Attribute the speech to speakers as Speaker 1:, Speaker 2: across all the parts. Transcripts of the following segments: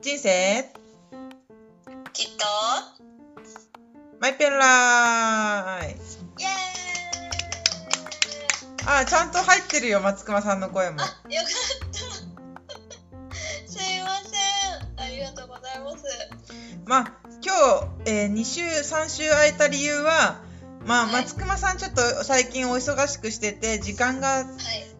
Speaker 1: 人生
Speaker 2: きっと
Speaker 1: マイペンラーイ
Speaker 2: イエーイ
Speaker 1: あちゃんと入ってるよ松隈さんの声も
Speaker 2: あよかったすいませんありがとうございます
Speaker 1: まあ今日、え2週3週空いた理由はまあ
Speaker 2: はい
Speaker 1: 松隈さんちょっと最近お忙しくしてて時間が
Speaker 2: はい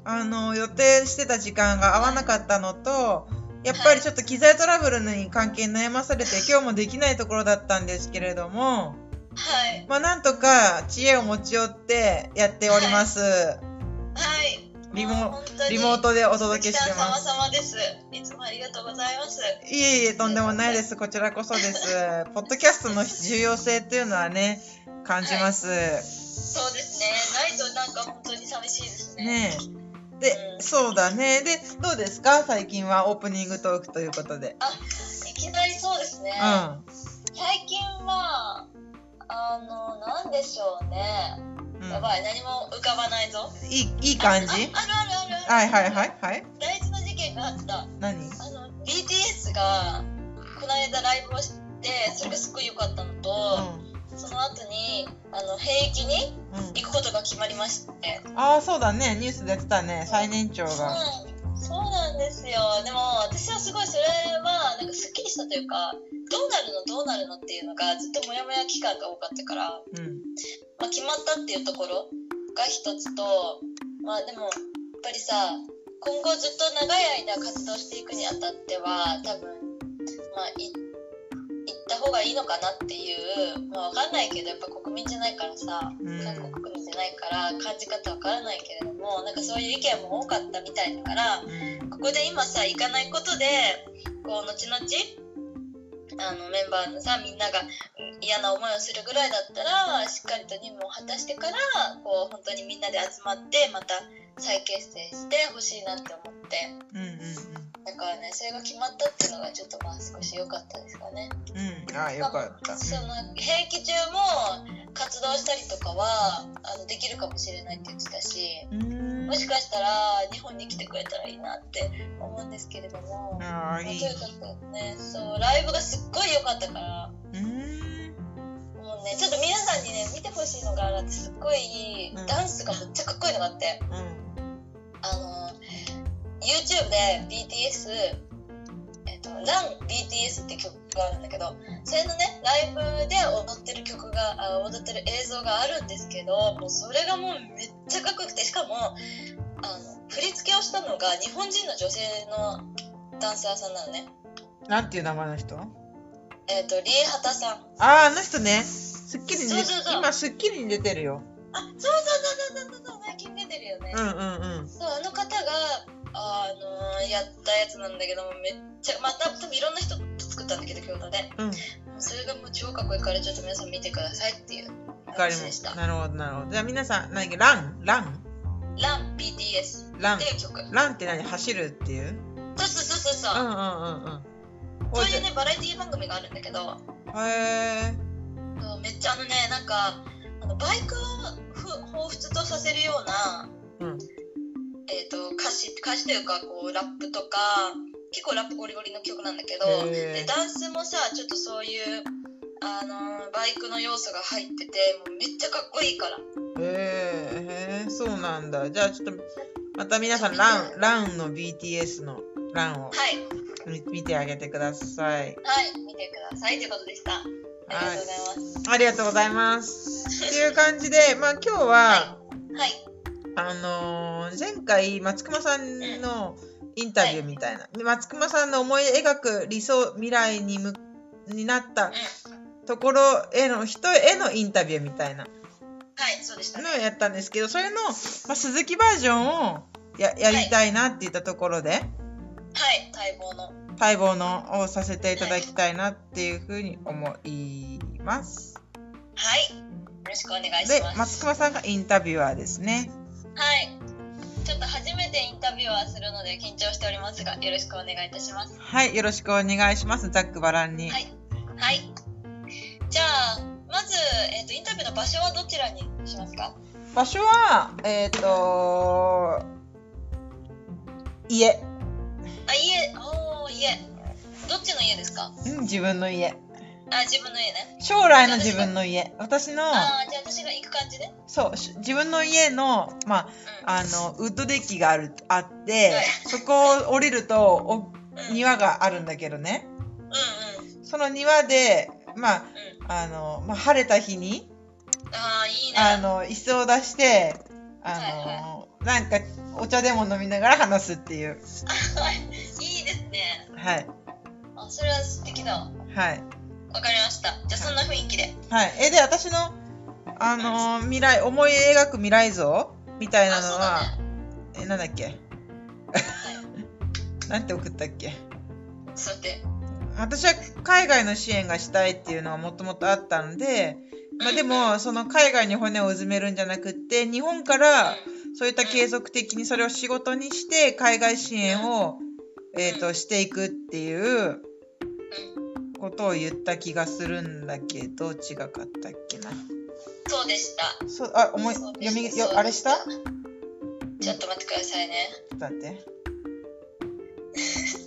Speaker 1: あの予定してた時間が合わなかったのとやっぱりちょっと機材トラブルに関係に悩まさ れて今日もできないところだったんですけれども
Speaker 2: はい
Speaker 1: まあなんとか知恵を持ち寄ってやっております、
Speaker 2: はい
Speaker 1: リモ
Speaker 2: もう本当に
Speaker 1: リモートでお届けしてます
Speaker 2: 鈴木さん様々ですいつもありがとうございます
Speaker 1: いえいえ、とんでもないです。こちらこそです。ポッドキャストの重要性というのはね、感じます。
Speaker 2: そうですねないとなんか本当に寂しいですね
Speaker 1: ねえ。で、そうだね。で、どうですか最近はオープニングトークということで。
Speaker 2: いきなりそうですね、
Speaker 1: うん。うん。
Speaker 2: 最近はあのなんでしょうね、やばい何も浮かばないぞ
Speaker 1: いい、いい感じ
Speaker 2: ああるあるある
Speaker 1: はいはいはいはい。
Speaker 2: 大事な事件があった
Speaker 1: 何
Speaker 2: あの BTS がこの間ライブをしてそれがすっごい良かったのと、
Speaker 1: う
Speaker 2: その後にあの兵役に
Speaker 1: ん。うん
Speaker 2: 行くことが決まりまして、
Speaker 1: ああ、そうだね。ニュースでやってたね。最年長が。
Speaker 2: うん、そうなんですよでも私はすごいそれはなんかすっきりしたというかどうなるのどうなるのっていうのがずっとモヤモヤ期間が多かったから、
Speaker 1: うん。
Speaker 2: まあ、決まったっていうところが一つとまあでもやっぱりさ今後ずっと長い間活動していくにあたっては多分まあい行った方がいいのかなっていうまあ分かんないけどやっぱ国民じゃないからさ
Speaker 1: うん
Speaker 2: 韓国国民じゃないから感じ方分からないけれどもなんかそういう意見も多かったみたいだから
Speaker 1: うん。
Speaker 2: ここで今さ行かないことでこう後々あのメンバーのさみんながうん嫌な思いをするぐらいだったらしっかりと任務を果たしてからこう本当にみんなで集まってまた再結成してほしいなって思って
Speaker 1: うんうん
Speaker 2: だからねそれが決まったっていうのがちょっとまあ少し良かったですかね。
Speaker 1: うん。うん。ああ、よかった。
Speaker 2: その兵役中も活動したりとかはあのできるかもしれないって言ってたし。
Speaker 1: うんうん
Speaker 2: も。しかしたら日本に来てくれたらいいなって思うんですけれども、
Speaker 1: ああ、
Speaker 2: まあと
Speaker 1: い
Speaker 2: に
Speaker 1: い。
Speaker 2: かくねそうライブがすっごい良かったから
Speaker 1: うん。
Speaker 2: もうねちょっと皆さんにね見てほしいのがあってすっごいいい
Speaker 1: うん
Speaker 2: ダンスがめっちゃかっこいいのがあって
Speaker 1: うん。
Speaker 2: あの YouTube で BTS えっと「RunBTS」って曲があるんだけどそれのねライブで踊ってる曲があ踊ってる映像があるんですけどもうそれがもうめっちゃかっこよくてしかもあの振り付けをしたのが日本人の女性のダンサーさんなのね
Speaker 1: なんていう名前の人
Speaker 2: えっ、とリエハタさん
Speaker 1: ああ、あの人ね。スッキリに、
Speaker 2: そうそうそう
Speaker 1: 今スッキリに出てるよ。
Speaker 2: あそうそうそうそうそうそう最近出てるよね、
Speaker 1: うんうんうん。
Speaker 2: そうあの方があのーやったやつなんだけどもめっちゃまた多分いろんな人と作ったんだけど共同で
Speaker 1: うん。
Speaker 2: それがもう超かっこいいからちょっと皆さん見てくださいっていう
Speaker 1: わかり
Speaker 2: 話
Speaker 1: ま
Speaker 2: でし
Speaker 1: したた。なるほどなるほど。じゃあ皆さん、何ランラン
Speaker 2: 「ラン BTS」
Speaker 1: ラン
Speaker 2: っていう曲
Speaker 1: ランって何走るっていう
Speaker 2: そうそうそうそう
Speaker 1: うんう
Speaker 2: そ
Speaker 1: ん
Speaker 2: う
Speaker 1: うんうん。
Speaker 2: こ
Speaker 1: お
Speaker 2: う
Speaker 1: い
Speaker 2: い
Speaker 1: で
Speaker 2: うねバラエティ番組があるんだけど
Speaker 1: へえ。
Speaker 2: そうめっちゃあのねなんかあのバイクをふ彷彿とさせるような、
Speaker 1: うん
Speaker 2: えー、と歌詞歌詞というかこうラップとか結構ラップゴリゴリの曲なんだけど
Speaker 1: へー
Speaker 2: でダンスもさちょっとそういう、あのーバイクの要素が入っててもうめっちゃかっこいいから
Speaker 1: へえ、へえ、そうなんだ。じゃあちょっと、また皆さん、ラン、ランの BTS のランを
Speaker 2: はい
Speaker 1: 見見てあげてください。
Speaker 2: はい見てくださいということでしたありがとうございます
Speaker 1: ありがとうございます。っ ていう感じで、まあ今日は、
Speaker 2: はい
Speaker 1: あのー前回松隈さんのインタビューみたいな、松隈さんの思い描く理想未来にむになったところへの人へのインタビューみたいな
Speaker 2: はいそうでしたね
Speaker 1: のをやったんですけどそれの、まあ、鈴木バージョンをややりたいなって言ったところで、
Speaker 2: はい待望の
Speaker 1: 待望のをさせていただきたいなっていうふうに思います。
Speaker 2: はいよろしくお願いします
Speaker 1: で松隈さんがインタビュアーですね。
Speaker 2: はい。ちょっと初めてインタビュアーするので緊張しておりますが、よろしくお願いいたします。
Speaker 1: はいよろしくお願いしますざっくばらんに。
Speaker 2: はい。はい。じゃあ、まず、えっ、と、インタビューの場所はどちらにしますか。
Speaker 1: 場所はえっ、と家
Speaker 2: あ、家、おお、家。どどっちの家ですか
Speaker 1: うん、自分の家。
Speaker 2: あ自分の家ね
Speaker 1: 将来の自分の家。私の、
Speaker 2: ああじゃあ私が行く感じね
Speaker 1: そう、し自分の家の、ま
Speaker 2: うん
Speaker 1: あ、あの、ウッドデッキがある、あって
Speaker 2: はい、
Speaker 1: そこを降りると、
Speaker 2: う
Speaker 1: お、
Speaker 2: ん
Speaker 1: 庭があるんだけどね。
Speaker 2: うんうんうん
Speaker 1: その庭で、まあ、あの、まあ、晴れた日に、
Speaker 2: ああいいね
Speaker 1: あの、椅子を出して、
Speaker 2: はい
Speaker 1: あの、なんか、お茶でも飲みながら話すっていう。
Speaker 2: いいですね
Speaker 1: はい。
Speaker 2: あそれは素敵だわ
Speaker 1: はい。
Speaker 2: わかりましたじゃあそんな雰囲気で
Speaker 1: はい。え、で、私の、あのー未来、思い描く未来像みたいな
Speaker 2: あ
Speaker 1: の
Speaker 2: そう
Speaker 1: は、
Speaker 2: だね
Speaker 1: え、なんだっけ なんて送ったっけ
Speaker 2: ちょっと待って
Speaker 1: 私は海外の支援がしたいっていうのはもともとあったので、まあ、で
Speaker 2: うん
Speaker 1: も、その海外に骨をうずめるんじゃなくって、日本からそういった継続的にそれを仕事にして、海外支援を、えっ、と、していくっていうことを言った気がするんだけど、違かったっけな。
Speaker 2: そうでした
Speaker 1: そう、あ、思い、
Speaker 2: そう
Speaker 1: 読
Speaker 2: でした
Speaker 1: み、
Speaker 2: そうで
Speaker 1: よあれした
Speaker 2: ちょっと待ってくださいね
Speaker 1: だって。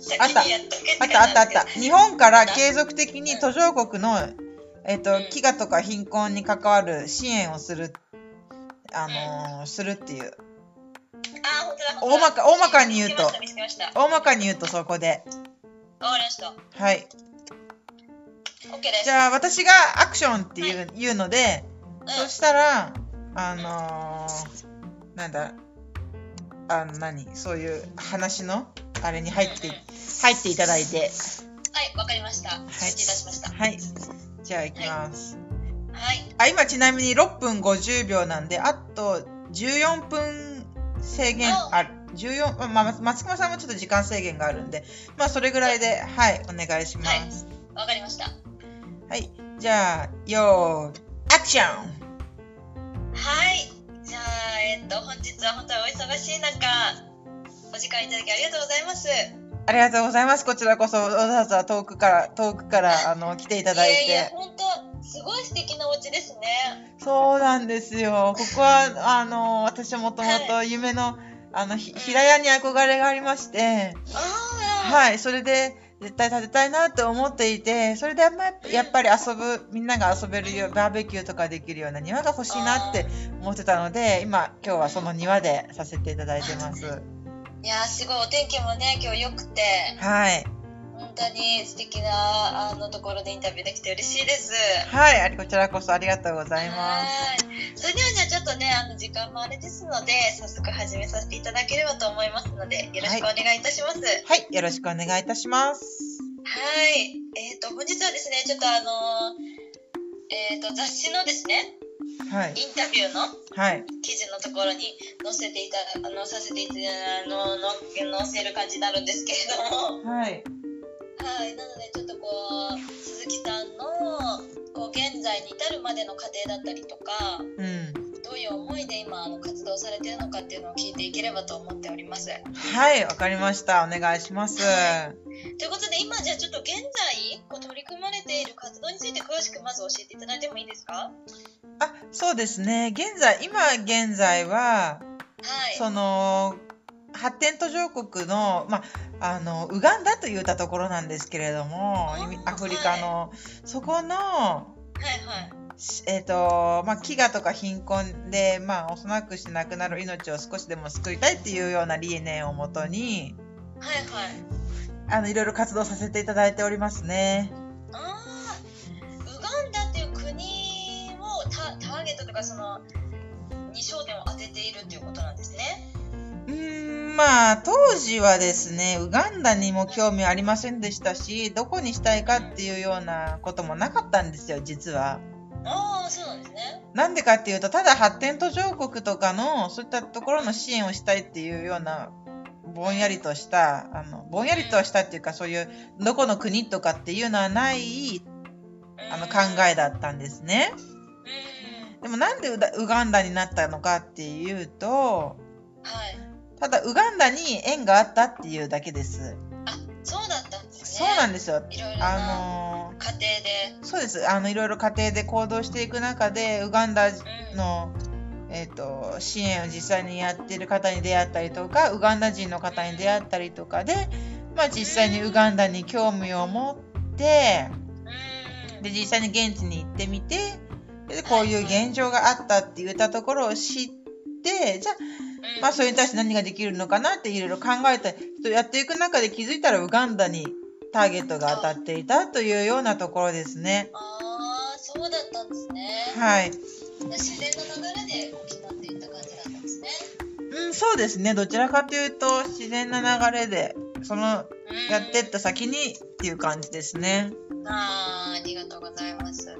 Speaker 2: 先
Speaker 1: あった
Speaker 2: にやっとけ
Speaker 1: あったあったあった。日本から
Speaker 2: だ
Speaker 1: 継続的に途上国の、えっと
Speaker 2: うん
Speaker 1: 飢餓とか貧困に関わる支援をする、あのーするっていう。
Speaker 2: あ本当だ
Speaker 1: 大まか大まかに言うと
Speaker 2: 見つけました見つけました
Speaker 1: 大まかに言うとそこで。
Speaker 2: わかりました
Speaker 1: はい。
Speaker 2: OK です
Speaker 1: じゃあ私がアクションっていう,、いうので、
Speaker 2: うん
Speaker 1: そしたら、あのーなんだ、あの、何、そういう話の、あれに入って、入っていただいて。
Speaker 2: はいわかりました失礼いたしました
Speaker 1: はい。じゃあ行きます。
Speaker 2: はい
Speaker 1: あ今ちなみに6分50秒なんであと14分制限ある14まあ、まあ、松隈さんもちょっと時間制限があるんでまあそれぐらいではいお願いします
Speaker 2: わかりました
Speaker 1: はい、じゃあよーいアクション
Speaker 2: はい。じゃあ、えっと、本日は本当にお忙しい中、お時間いただきありがとうございます。い
Speaker 1: ありがとうございますこちらこそわざわざ遠くから遠くからあの来ていただいて
Speaker 2: やいや、本当、すごい素敵なお家ですね。
Speaker 1: そうなんですよここはあの私はもともと夢のあのひ平屋に憧れがありまして
Speaker 2: ああ、
Speaker 1: はい、それで絶対食べたいなと思っていて、それであんまやっぱやっぱり遊ぶ、みんなが遊べるよう、バーベキューとかできるような庭が欲しいなって思ってたので、今、今日はその庭でさせていただいてます。
Speaker 2: いやー、すごいお天気もね、今日良くて、
Speaker 1: はい。
Speaker 2: 本当に素敵なあのところでインタビューできて嬉しいです。
Speaker 1: はい、ありこちらこそありがとうございます。
Speaker 2: はい。それではじゃあちょっとね、あの時間もあれですので、早速始めさせていただければと思いますので、よろしくお願いいたします。
Speaker 1: はい、よろしくお願いいたします。
Speaker 2: はい、えっ、と本日はですね、ちょっとあのーえっ、と雑誌のですね、
Speaker 1: はい
Speaker 2: イ、ンタビューの
Speaker 1: はい、
Speaker 2: 記事のところに載せていたあのさせていたあのの載せる感じになるんですけれども、
Speaker 1: はい、
Speaker 2: はい、なのでちょっとこう鈴木さんのこう現在に至るまでの過程だったりとか、
Speaker 1: うん。
Speaker 2: どういう思いで今あの活動されているのかっていうのを聞いていければと思っております。
Speaker 1: はい、わかりました。お願いします。
Speaker 2: ということで今じゃあちょっと現在こう取り組まれている活動について詳しくまず教えていただいてもいいですか？
Speaker 1: あ、そうですね。現在、今現在は、
Speaker 2: はい。
Speaker 1: その発展途上国の,、まあ、あのウガンダといったところなんですけれども
Speaker 2: うん
Speaker 1: アフリカの、そこの、
Speaker 2: はいはい。
Speaker 1: しえーとまあ、飢餓とか貧困で、まあ、幼くして亡くなる命を少しでも救いたいっていうような理念をもとに
Speaker 2: はいはい。
Speaker 1: あのいろいろ活動させていただいておりますね。
Speaker 2: ああ、ウガンダっていう国をタターゲットとかそのに焦点を当てているっていうことなんですね。
Speaker 1: うーんまあ当時はですねウガンダにも興味ありませんでしたしどこにしたいかっていうようなこともなかったんですよ実は。
Speaker 2: ああ、そうなんですね。
Speaker 1: なんでかっていうとただ発展途上国とかのそういったところの支援をしたいっていうようなぼんやりとしたあのぼんやりとしたっていうかそういうどこの国とかっていうのはないあの考えだったんですね。
Speaker 2: え。
Speaker 1: でもなんでウダウガンダになったのかっていうと
Speaker 2: うん。はい。
Speaker 1: ただウガンダに縁があったっていうだけです。
Speaker 2: あ、そうだったんですね。
Speaker 1: そうなん
Speaker 2: ん
Speaker 1: ですよ。
Speaker 2: いろいろな
Speaker 1: あの
Speaker 2: 家庭で。
Speaker 1: そうですあのいろいろ家庭で行動していく中でウガンダ
Speaker 2: うん。
Speaker 1: の、えー、と支援を実際にやってる方に出会ったりとかウガンダ人の方に出会ったりとかでまあ実際にウガンダに興味を持って
Speaker 2: うん
Speaker 1: で実際に現地に行ってみてでこういう現状があったって言ったところを知ってじゃあ
Speaker 2: うん
Speaker 1: まあそれに対して何ができるのかなっていろいろ考えたりちょっとやっていく中で気づいたらウガンダにターゲットが当たっていたというようなところですね。
Speaker 2: あーそうだったんですね
Speaker 1: はい、
Speaker 2: 自然の流れで決まっていった感じだったんですね
Speaker 1: うん、そうですねどちらかというと自然な流れでその
Speaker 2: うん
Speaker 1: やってった先にっていう感じですね。
Speaker 2: あーありがとうございます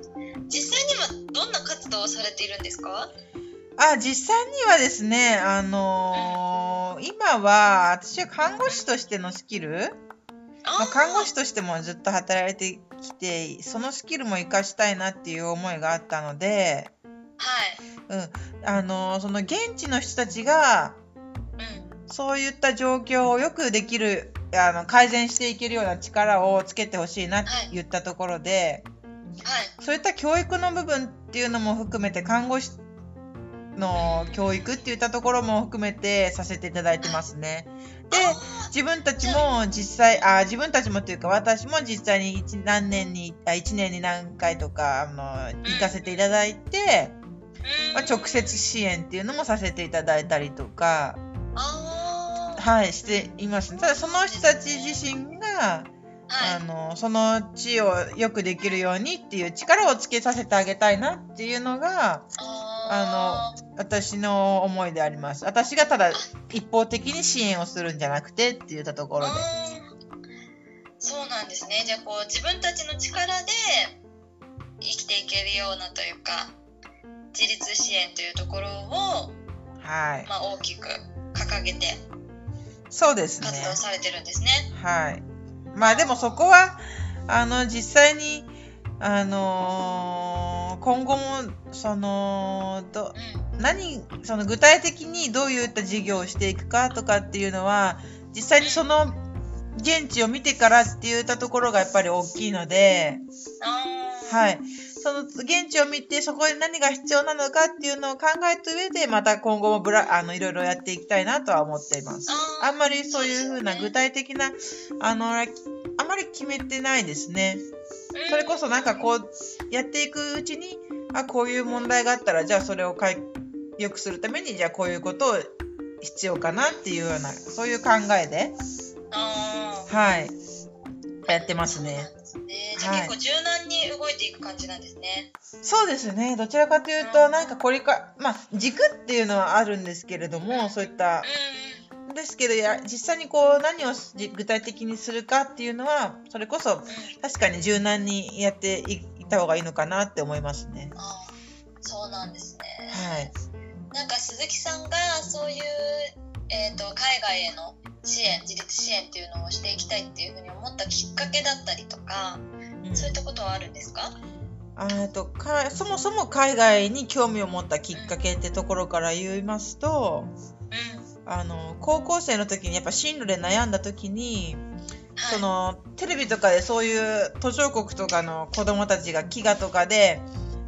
Speaker 2: 実際にはどんな活動をされているんですか
Speaker 1: あ実際にはですねあのー今は私は看護師としてのスキルまあ
Speaker 2: あー
Speaker 1: 看護師としてもずっと働いてきてそのスキルも活かしたいなっていう思いがあったので、
Speaker 2: はい
Speaker 1: うん、あのその現地の人たちが
Speaker 2: うん
Speaker 1: そういった状況をよくできるあの改善していけるような力をつけてほしいなって言ったところで、
Speaker 2: はい
Speaker 1: そういった教育の部分っていうのも含めて看護師の教育っていったところも含めてさせていただいてますね。で
Speaker 2: あ
Speaker 1: 自分たちも実際あ自分たちもというか私も実際に一何年にあ1年に何回とかあの行かせていただいて、
Speaker 2: ーうん
Speaker 1: まあ、直接支援っていうのもさせていただいたりとか、
Speaker 2: あー
Speaker 1: はい、していますただその人たち自身が、
Speaker 2: はい
Speaker 1: あのその地をよくできるようにっていう力をつけさせてあげたいなっていうのが
Speaker 2: あの
Speaker 1: 私の思いであります私がただ一方的に支援をするんじゃなくてって言ったところで。
Speaker 2: そうなんですねじゃあこう自分たちの力で生きていけるようなというか自立支援というところを、
Speaker 1: はい、
Speaker 2: まあ、大きく掲げて
Speaker 1: そうですね。
Speaker 2: 活動されてるんですね。
Speaker 1: はい。まあでもそこは、あの、実際に、あのー今後も、その、ど、
Speaker 2: う
Speaker 1: 何、その具体的にどういった事業をしていくかとかっていうのは、実際にその現地を見てからって言ったところがやっぱり大きいので、
Speaker 2: ん、あー
Speaker 1: はい。その現地を見て、そこで何が必要なのかっていうのを考えた上で、また今後もブラ、あの、いろいろやっていきたいなとは思っています。
Speaker 2: あ
Speaker 1: あんまりそういう風な具体的な、あの、あまり決めてないですね。
Speaker 2: ー
Speaker 1: それこそなんかこう、やっていくうちに、あ、こういう問題があったら、じゃあそれを解、良くするために、じゃあこういうことを必要かなっていうような、そういう考えで、
Speaker 2: あー
Speaker 1: はい、やってますね。
Speaker 2: そうなんですねじゃあ
Speaker 1: はい
Speaker 2: 結構柔軟に動いていく感じなんですね。
Speaker 1: そうですね。どちらかというと、なんかこれか、まあ、軸っていうのはあるんですけれども、そういった、
Speaker 2: う
Speaker 1: ですけど、や実際にこう、何をし具体的にするかっていうのは、それこそ、
Speaker 2: んうんうん
Speaker 1: 確かに柔軟にやっていった方がいいのかなって思いますね。
Speaker 2: あーそうなんですね。
Speaker 1: はい。
Speaker 2: なんか鈴木さんがそういう、えー、と海外への支援自立支援っていうのをしていきたいっていうふうに思ったきっかけだったりとか、
Speaker 1: うん
Speaker 2: そういったことはあるんですか、
Speaker 1: あーとかそもそも海外に興味を持ったきっかけってところから言いますと
Speaker 2: うん
Speaker 1: あの高校生の時にやっぱ進路で悩んだ時に
Speaker 2: はい、
Speaker 1: そのテレビとかでそういう途上国とかの子供たちが飢餓とかで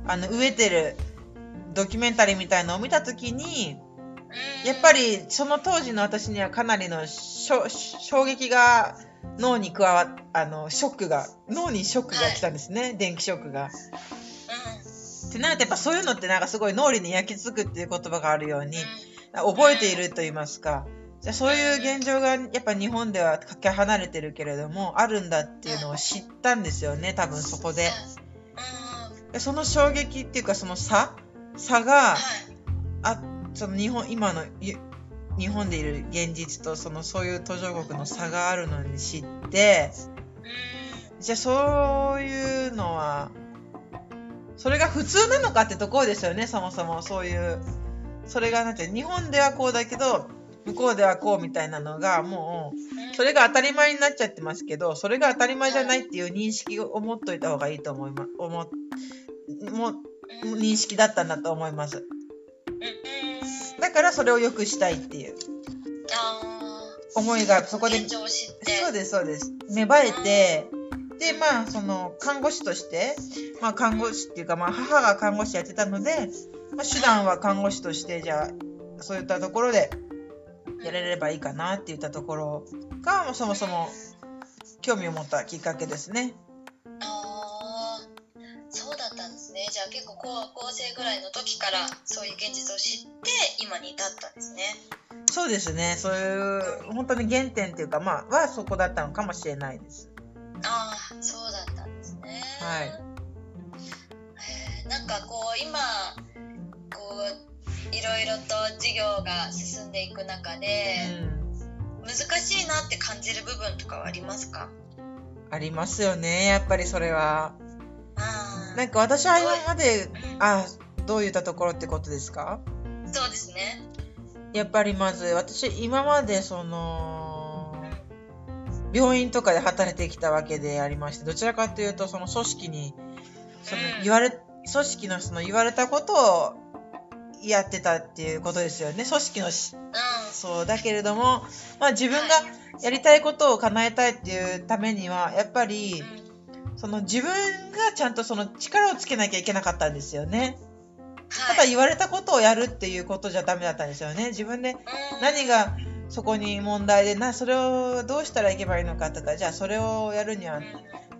Speaker 1: あの飢えてるドキュメンタリーみたいのを見た時にやっぱ
Speaker 2: り
Speaker 1: りその当時の私にはかなりのしょ衝撃が脳に加わっあのショックが脳にショックが来たんですね、電気ショックが。ってなるとやっぱそういうのってなんかすごい脳裏に焼き付くっていう言葉があるように覚えていると言いますか。じゃあそういう現状がやっぱ日本ではかけ離れてるけれどもあるんだっていうのを知ったんですよね多分そこででその衝撃っていうかその差差があその日本今のゆ日本でいる現実とそのそういう途上国の差があるのに知ってじゃあそういうのはそれが普通なのかってところですよねそもそもそういうそれがなんて日本ではこうだけど向こうではこうみたいなのがもうそれが当たり前になっちゃってますけどそれが当たり前じゃないっていう認識を持っといた方がいいと思いま思っも認識だったんだと思いますだからそれを良くしたいっていう思いがそこで
Speaker 2: 現状を知って
Speaker 1: そうですそうです芽生えてでまあその看護師としてまあ看護師っていうかまあ母が看護師やってたので、まあ、手段は看護師としてじゃあそういったところでやれればいいかなって言ったところがそもそも興味を持ったきっかけですね。
Speaker 2: あーそうだったんですねじゃあ結構高校生ぐらいの時からそういう現実を知って今に至ったんですね
Speaker 1: そうですね。そういう本当に原点っていうかまあはそこだったのかもしれないです。
Speaker 2: ああそうだったんですね
Speaker 1: はい
Speaker 2: へーなんかこう今こういろいろと授業が進んでいく中
Speaker 1: う
Speaker 2: で、
Speaker 1: ん、
Speaker 2: 難しいなって感じる部分とかはありますか
Speaker 1: ありますよね。やっぱりそれは。
Speaker 2: あ
Speaker 1: なんか私は今まであ
Speaker 2: あ
Speaker 1: どういったところってことですか？
Speaker 2: そうですね
Speaker 1: やっぱりまず私今までその病院とかで働いてきたわけでありましてどちらかというとその組織にその
Speaker 2: うん
Speaker 1: 言われ組織のその言われたことをやってたっていうことですよね組織のし
Speaker 2: うん
Speaker 1: そうだけれども、まあ、自分が
Speaker 2: はい
Speaker 1: やりたいことを叶えたいっていうためにはやっぱり
Speaker 2: うん
Speaker 1: その自分がちゃんとその力をつけなきゃいけなかったんですよねた
Speaker 2: は
Speaker 1: だ
Speaker 2: い
Speaker 1: 言われたことをやるっていうことじゃダメだったんですよね自分で
Speaker 2: うん
Speaker 1: 何がそこに問題でなそれをどうしたらいけばいいのかとかじゃあそれをやるに
Speaker 2: う
Speaker 1: は
Speaker 2: ん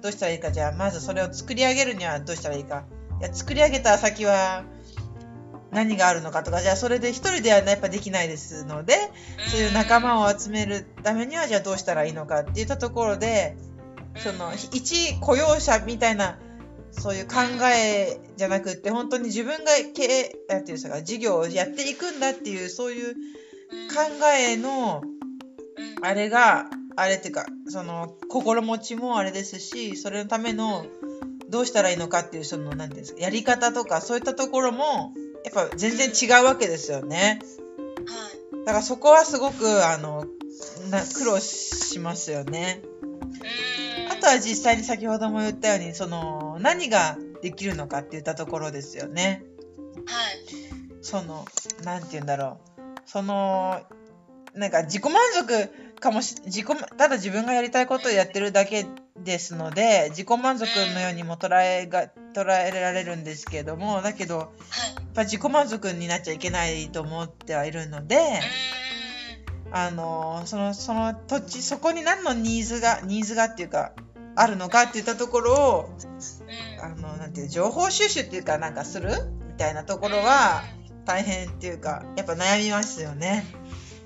Speaker 1: どうしたらいいかじゃあまずそれを作り上げるにはどうしたらいいかいや作り上げた先は何があるのかとかじゃあそれで一人ではやっぱできないですのでそういう仲間を集めるためにはじゃあどうしたらいいのかって言ったところでそのひ一雇用者みたいなそういう考えじゃなくって本当に自分が経営なんていうんですか事業をやっていくんだっていうそういう
Speaker 2: うん
Speaker 1: 考えの
Speaker 2: うん
Speaker 1: あれがあれっていうかその心持ちもあれですしそれのためのどうしたらいいのかっていうその何ていうんですかやり方とかそういったところもやっぱ全然違うわけですよね
Speaker 2: はい
Speaker 1: だからそこはすごくあのな苦労しますよね
Speaker 2: うん
Speaker 1: あとは実際に先ほども言ったようにその何ができるのかって言ったところですよね
Speaker 2: はい
Speaker 1: そのなんて言うんだろうそのなんか自己満足かもし自己ただ自分がやりたいことをやってるだけですので自己満足のようにも捉えが捉えられるんですけどもだけどやっ
Speaker 2: はい
Speaker 1: ぱ自己満足になっちゃいけないと思ってはいるので
Speaker 2: う
Speaker 1: あのそのその土地そこに何のニーズがニーズがっていうかあるのかっていったところを
Speaker 2: んうん
Speaker 1: あのなんていう情報収集っていうかなんかするみたいなところは大変っていうかやっぱ悩みますよね。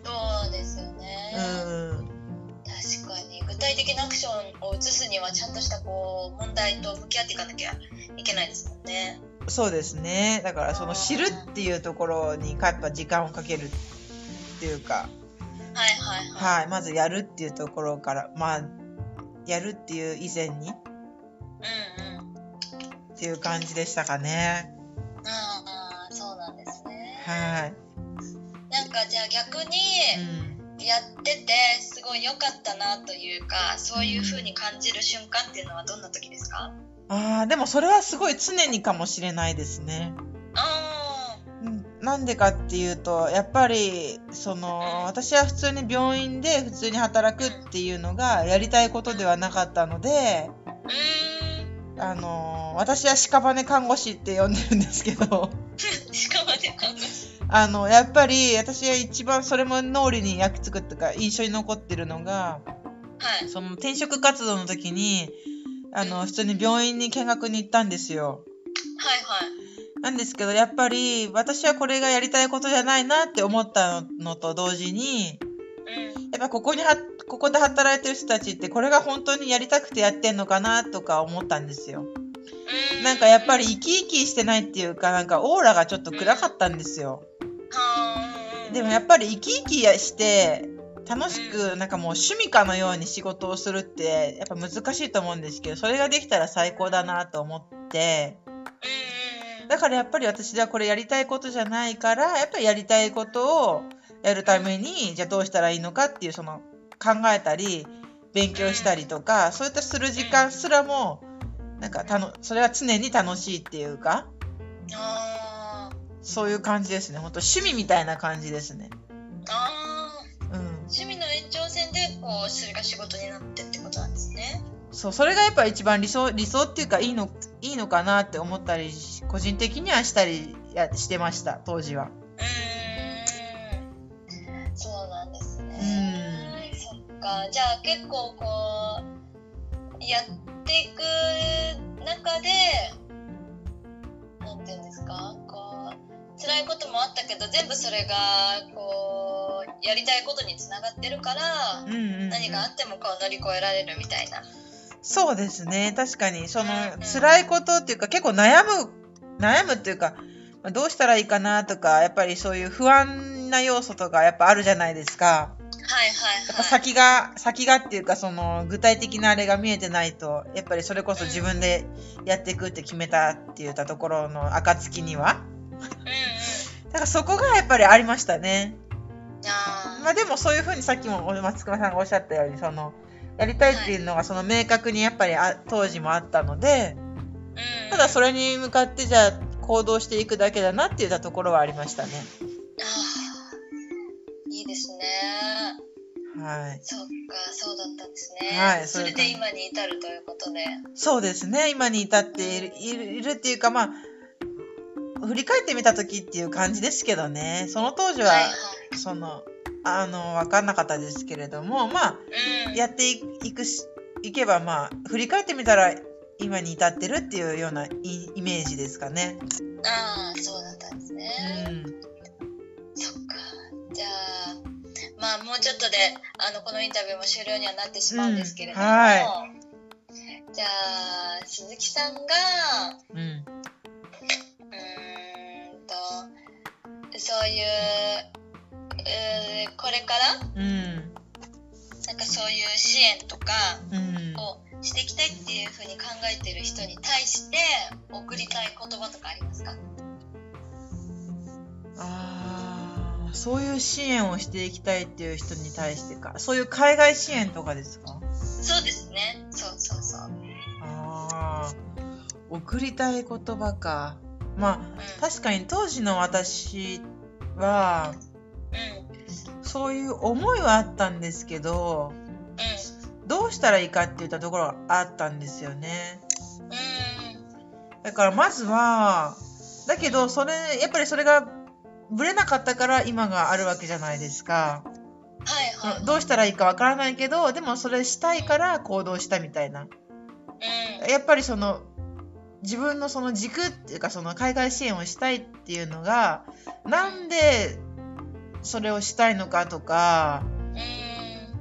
Speaker 2: そうですよね
Speaker 1: う、ん、
Speaker 2: 確かに具体的なアクションを移すにはちゃんとしたこう問題と向き合っていかなきゃいけないですもんね
Speaker 1: そうですねだからその知るっていうところにやっぱ時間をかけるっていうか、
Speaker 2: はいはいは
Speaker 1: は
Speaker 2: い
Speaker 1: い、まずやるっていうところからまあやるっていう以前にっ
Speaker 2: うんうん
Speaker 1: ていう感じでしたかね。
Speaker 2: ああそうなんですね
Speaker 1: はい、
Speaker 2: なんかじゃあ逆
Speaker 1: う
Speaker 2: に
Speaker 1: ん、
Speaker 2: やっててすごい良かったなというかそういう風に感じる瞬間っていうのはどんな時ですか
Speaker 1: あーでもそれはすごい常にかもしれないですね。
Speaker 2: あ
Speaker 1: うんなんでかっていうとやっぱりその私は普通に病院で普通に働くっていうのがやりたいことではなかったので
Speaker 2: ーうーん
Speaker 1: あのー私は屍看護師って呼んでるんですけど
Speaker 2: しかもね看護師
Speaker 1: あのやっぱり私は一番それも脳裏に焼き付くっていうか印象に残ってるのが
Speaker 2: はい
Speaker 1: その転職活動の時にあの普通に病院に見学に行ったんですよ。
Speaker 2: はいはい
Speaker 1: なんですけどやっぱり私はこれがやりたいことじゃないなって思ったのと同時に
Speaker 2: うん
Speaker 1: やっぱここにはここで働いてる人たちってこれが本当にやりたくてやってんのかなとか思ったんですよ。
Speaker 2: うん
Speaker 1: なんかやっぱり生き生きしてないっていうかなんかオーラがちょっと暗かったんですよ。
Speaker 2: はー
Speaker 1: でもやっぱり生き生きして楽しくなんかもう趣味かのように仕事をするってやっぱ難しいと思うんですけどそれができたら最高だなと思って
Speaker 2: うん
Speaker 1: だからやっぱり私ではこれやりたいことじゃないからやっぱりやりたいことをやるためにじゃあどうしたらいいのかっていうその考えたり勉強したりとかそういったする時間すらもなんかたのそれは常に楽しいっていうか
Speaker 2: あー
Speaker 1: そういう感じですね本当趣味みたいな感じですね。
Speaker 2: あー
Speaker 1: うん、
Speaker 2: 趣味の延長線でこうそれが仕事になってってことなんですね
Speaker 1: そうそれがやっぱ一番理想理想っていうかいいのいいのかなって思ったりし個人的にはしたりやしてました当時は。
Speaker 2: うーんそうなんですね
Speaker 1: う
Speaker 2: そっかじゃあ結構こうやっていく中でなんていうんですかこう辛いこともあったけど全部それがこうやりたいことにつながってるから、
Speaker 1: うんうんうん
Speaker 2: 何があってもこう乗り越えられるみたいな。
Speaker 1: そうですね確かにその
Speaker 2: うんうん
Speaker 1: 辛いことっていうか結構悩む悩むっていうかまあどうしたらいいかなとかやっぱりそういう不安な要素とかやっぱあるじゃないですか
Speaker 2: はいはい
Speaker 1: やっぱ
Speaker 2: はい。
Speaker 1: 先が先がっていうかその具体的なあれが見えてないとやっぱりそれこそ自分でやっていくって決めたって言ったところの暁には
Speaker 2: うんうん。
Speaker 1: だからそこがやっぱりありましたね
Speaker 2: あー
Speaker 1: まあでもそういうふうにさっきも松隈さんがおっしゃったようにそのやりたいっていうのがその明確にやっぱりあ当時もあったので
Speaker 2: うん
Speaker 1: ただ
Speaker 2: れ
Speaker 1: それに向かってじゃあ行動していくだけだなって言ったところはありましたね。
Speaker 2: いいですね
Speaker 1: はい、
Speaker 2: そっかそうだったんですね、
Speaker 1: はい
Speaker 2: それ
Speaker 1: そうだ
Speaker 2: で今に至るということで
Speaker 1: そうですね今に至っているいるいるっていうかまあ振り返ってみた時っていう感じですけどねその当時は
Speaker 2: はいは
Speaker 1: そのあの分かんなかったですけれどもま
Speaker 2: い
Speaker 1: あ
Speaker 2: うん
Speaker 1: やっていいくしいけばまあ振り返ってみたら今に至ってるっていうようないイメージですかね。
Speaker 2: ああそうだったんですね、
Speaker 1: うん、
Speaker 2: そっかじゃあまあもうちょっとであのこのインタビューも終了にはなってしまうんですけれども、
Speaker 1: うんは
Speaker 2: じゃあ鈴木さんが
Speaker 1: うん
Speaker 2: うーんとそういううーこれから
Speaker 1: うん
Speaker 2: なんかそういう支援とか
Speaker 1: うん
Speaker 2: をしていきたいっていうふうに考えてる人に対して送りたい言葉とかありますか
Speaker 1: あーそういう支援をしていきたいっていう人に対してかそういう海外支援とかですか
Speaker 2: そうですねそうそうそううん
Speaker 1: あー送りたい言葉かまあ確かに当時の私は
Speaker 2: うん
Speaker 1: そういう思いはあったんですけど
Speaker 2: う
Speaker 1: どうしたらいいかって言ったところがあったんですよね
Speaker 2: んうん
Speaker 1: だからまずはだけどそれやっぱりそれがぶれなかったから今があるわけじゃないですか。
Speaker 2: はいはい
Speaker 1: どうしたらいいかわからないけどでもそれしたいから行動したみたいな
Speaker 2: うん
Speaker 1: やっぱりその自分のその軸っていうかその海外支援をしたいっていうのがなんでそれをしたいのかとか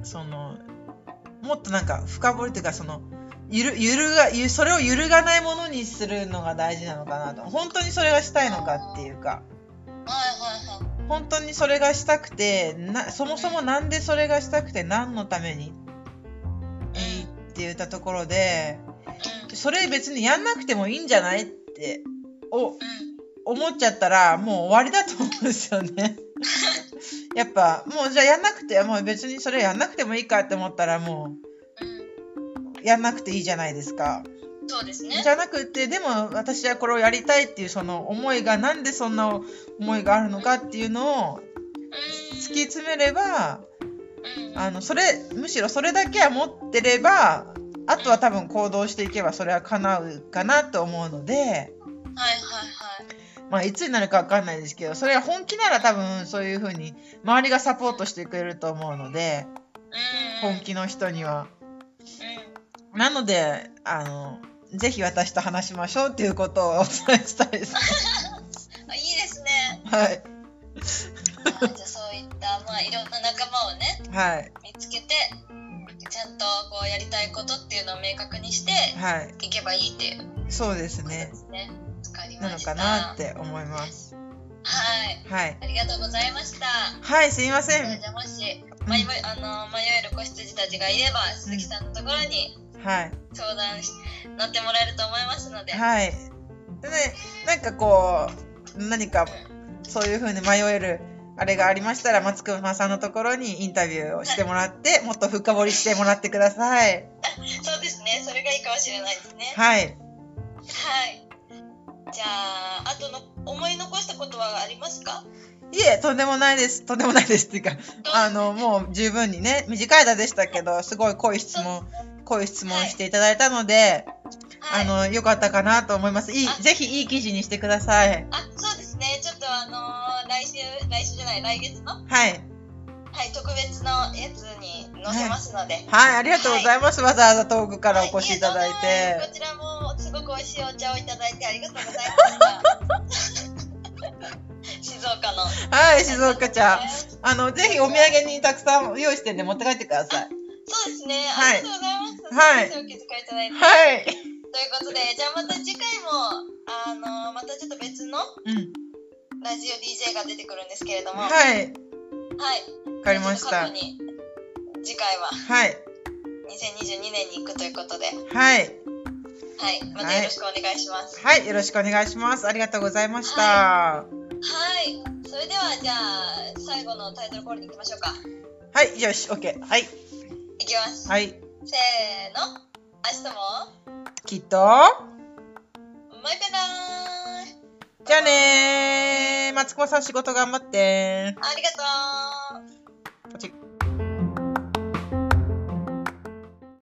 Speaker 2: うん
Speaker 1: そのもっとなんか深掘りというかそのゆるゆるがゆそれを揺るがないものにするのが大事なのかなと本当にそれがしたいのかっていうか
Speaker 2: はいはいはい
Speaker 1: 本当にそれがしたくてなそもそもなんでそれがしたくて何のためにいいって言ったところでそれ別にやんなくてもいいんじゃないってお
Speaker 2: うんうん
Speaker 1: 思っちゃったらもう終わりだと思うんですよね。やっぱもうじゃあやんなくてもう別にそれやんなくてもいいかって思ったらも
Speaker 2: う
Speaker 1: うやんなくていいじゃないですか。
Speaker 2: んそうですね
Speaker 1: じゃなくてでも私はこれをやりたいっていうその思いがなんでそんな思いがあるのかっていうのを
Speaker 2: うん
Speaker 1: 突き詰めれば
Speaker 2: うん
Speaker 1: あのそれむしろそれだけは持ってればあとは多分行動していけばそれは叶うかなと思うので、
Speaker 2: はいはいはい
Speaker 1: まあ、いつになるか分かんないですけどそれは本気なら多分そういう風に周りがサポートしてくれると思うので
Speaker 2: うん
Speaker 1: 本気の人には。
Speaker 2: うん
Speaker 1: なのであのぜひ私と話しましょうっていうことをお伝えしたいです。
Speaker 2: あいいですね
Speaker 1: はい、
Speaker 2: あーじゃあそういったまあいろんな仲間をね
Speaker 1: はい、
Speaker 2: 見つけてちゃんとこうやりたいことっていうのを明確にして
Speaker 1: はい、
Speaker 2: いけばいいっていうこ
Speaker 1: そうです
Speaker 2: とで
Speaker 1: ね。
Speaker 2: すね。わかり
Speaker 1: な
Speaker 2: ま
Speaker 1: の
Speaker 2: した。
Speaker 1: かなって思います。
Speaker 2: はい。
Speaker 1: はい、
Speaker 2: ありがとうございました。
Speaker 1: はい、すいませ
Speaker 2: それ
Speaker 1: ん。
Speaker 2: じゃあもし迷いあの迷える子羊たちがいれば鈴木さんのところに
Speaker 1: はい。
Speaker 2: 相談し乗ってもらえると思いますので。
Speaker 1: はい。でね、なんかこう、何か
Speaker 2: うん
Speaker 1: そういう風に迷えるあれがありましたら、松隈さんのところにインタビューをしてもらって、もっと深掘りしてもらってください。
Speaker 2: そうですね。それがいいかもしれないですね。
Speaker 1: はい。
Speaker 2: はい。じゃああとの思い残したことはありますか？
Speaker 1: いえ、とんでもないです。とんでもないですっていうか、あの、もう十分にね、短い間でしたけど、すごい濃い質問、濃い質問していただいたので、
Speaker 2: は
Speaker 1: あ
Speaker 2: い
Speaker 1: の、良かったかなと思います。いい
Speaker 2: あ、
Speaker 1: ぜひいい記事にしてください。
Speaker 2: あそうですね。ちょっとあのー来週来週じゃない来月の
Speaker 1: はい。
Speaker 2: はい、特別なやつに載せますので、
Speaker 1: はい、ありがとうございます。わざわざ遠くからお越しいただいて。
Speaker 2: はこちらもすごく美味しいお茶をいただいてありがとうございまし た静岡の
Speaker 1: はい、静岡茶。あの、ぜひお土産にたくさん用意してんで持って帰ってください。
Speaker 2: そうですね、
Speaker 1: はい
Speaker 2: ありがとうござ
Speaker 1: はい
Speaker 2: います、お気遣いいただいて、
Speaker 1: はい。
Speaker 2: ということでじゃあまた次回もあのまたちょっと別の
Speaker 1: うん。
Speaker 2: ラジオ DJ が出てくるんですけれどもはい、
Speaker 1: はい。わかりまし
Speaker 2: ちょっと過
Speaker 1: た
Speaker 2: 去。に次回は
Speaker 1: はい。
Speaker 2: 2022年に行くということで
Speaker 1: はい。
Speaker 2: はいまたよろしくお願いします
Speaker 1: はい。よろしくお願いします。ありがとうございました。
Speaker 2: はい、それではじゃあ最後のタイトルコールに行きましょうか。
Speaker 1: はい。よし、OK。はい。
Speaker 2: いきます。
Speaker 1: はい。
Speaker 2: せーの、明日も
Speaker 1: きっと。じ
Speaker 2: もう一回だー
Speaker 1: ゃあねー。松子さん仕事頑張って
Speaker 2: ありがとう